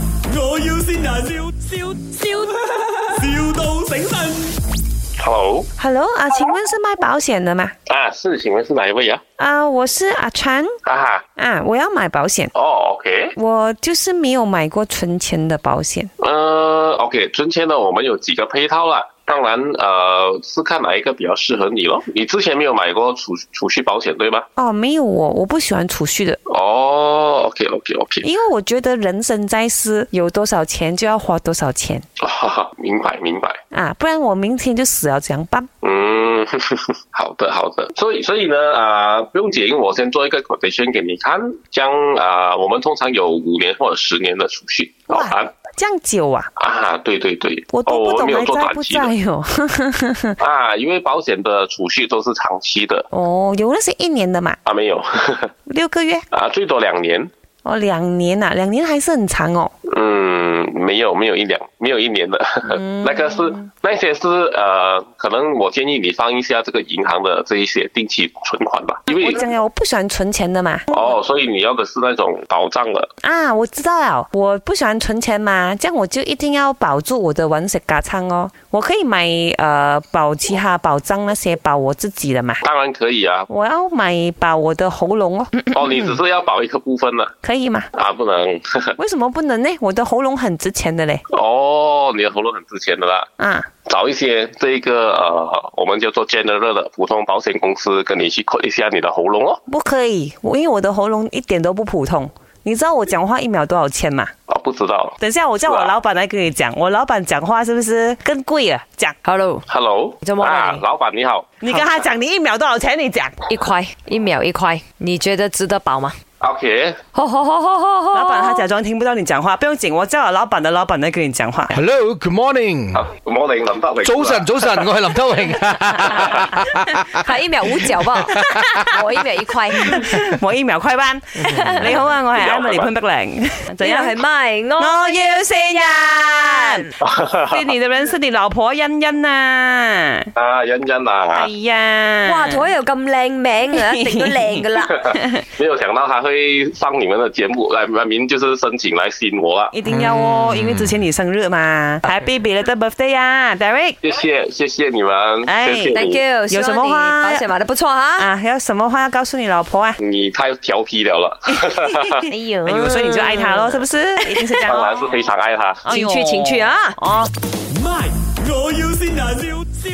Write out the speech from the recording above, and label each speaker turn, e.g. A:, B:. A: 要先人，笑笑笑，,笑到醒神。
B: Hello，
C: Hello 啊，请问是卖保险的吗？
B: 啊，是，请问是哪一位啊？
C: 啊，我是阿川
B: 啊哈，
C: 啊，我要买保险，
B: 哦，OK，
C: 我就是没有买过存钱的保险。
B: 呃，OK，存钱呢，我们有几个配套啦。当然，呃，是看哪一个比较适合你咯。你之前没有买过储储蓄保险对吗？
C: 哦，没有我，我不喜欢储蓄的，
B: 哦，OK，OK，OK，
C: 因为我觉得人生在世，有多少钱就要花多少钱
B: 哈哈，哦明白明白。
C: 啊，不然我明天就死了，怎样办？
B: 嗯， 好的好的，所以所以呢，啊、不用紧，我先做一个 quotation 给你看，将啊、我们通常有五年或者十年的储蓄，哦
C: 哇
B: 啊
C: 这样久啊，
B: 啊，对对对，
C: 我都
B: 哦，
C: 不
B: 我
C: 懂
B: 没有
C: 还
B: 做
C: 在
B: 短
C: 不
B: 期的
C: 在哦。
B: 啊，因为保险的储蓄都是长期的
C: 哦，有那是一年的嘛，
B: 啊，没有
C: 六个月
B: 啊，最多两年，
C: 哦，两年呐、啊，两年还是很长哦。
B: 嗯，没有没有一两没有一年的， 那个是
C: 嗯
B: 那些是呃，可能我建议你放一下这个银行的这一些定期存款吧，因
C: 嗯我
B: 为
C: 讲了，我不喜欢存钱的嘛。
B: 哦，所以你要的是那种保障的。
C: 啊，我知道了，我不喜欢存钱嘛，这样我就一定要保住我的玩石嘎仓哦。我可以买呃保其他保障那些保我自己的嘛，
B: 当然可以啊，
C: 我要买保我的喉咙哦，嗯
B: 哦，你只是要保一个部分呢，
C: 可以吗？
B: 啊，不能，
C: 为什么不能呢？我的喉咙很值钱的嘞，
B: 哦，你的喉咙很值钱的啦，
C: 啊，
B: 找一些这个呃，我们叫做 general 的普通保险公司跟你去 cut 一下你的喉咙哦，
C: 不可以，我因为我的喉咙一点都不普通。你知道我讲话一秒多少钱吗？
B: 啊，不知道
C: 等一下我叫
B: 是啊
C: 我老板来跟你讲，我老板讲话是不是更贵啊？讲，
D: Hello，
B: ，Hello，
D: 怎么
B: 啊
D: 了，你
B: 老板你好
C: 你跟他讲你一秒多少钱，你讲，
D: 一块一秒一块，你觉得值得保吗？
B: ，OK，
D: 吼吼吼吼吼吼！
C: 老板他假装听不到你讲话，不用紧，我叫我老板的老板来跟你 讲话。
E: Hello，good morning。
B: 好，我哋林德榮
E: 早晨，早晨，我係林德榮。
D: 他一秒五角 吧，我一秒一块。
C: 我疫苗快 班，你好啊，我系 Emily 潘碧玲，怎
D: 怎
C: 样
D: 样系咪？
C: 我
D: 我
C: 要善 人，是你的人是你老婆欣欣 啊，
B: 啊，欣欣
C: 哎
B: 啊，
C: 呀，
D: 哇，佢又咁靚名啊，一定都靚 噶啦。
B: 没有想到他会上你们的节目，来，明明就是申请来吸引我啊，
C: 一定要哦，因为之前你生日 嘛，Happy belated birthday 啊，Derek
B: 谢谢，谢谢你们，
C: 哎
B: 谢谢
D: Thank
B: 你，
D: you，
C: 有什么
D: 希望你
C: 话
D: 保险买得不錯哈。
C: 啊，还有什么话要告诉你老婆 啊？
B: 你太调皮了 了，
D: 哎呦
C: 哎呦，所以你就爱她咯，是不是？一定是这样
B: 当然
C: 哦。
B: 是非常爱他。
C: 哎呦
D: 情趣情趣啊
C: 哦。
A: My，我要先人，笑笑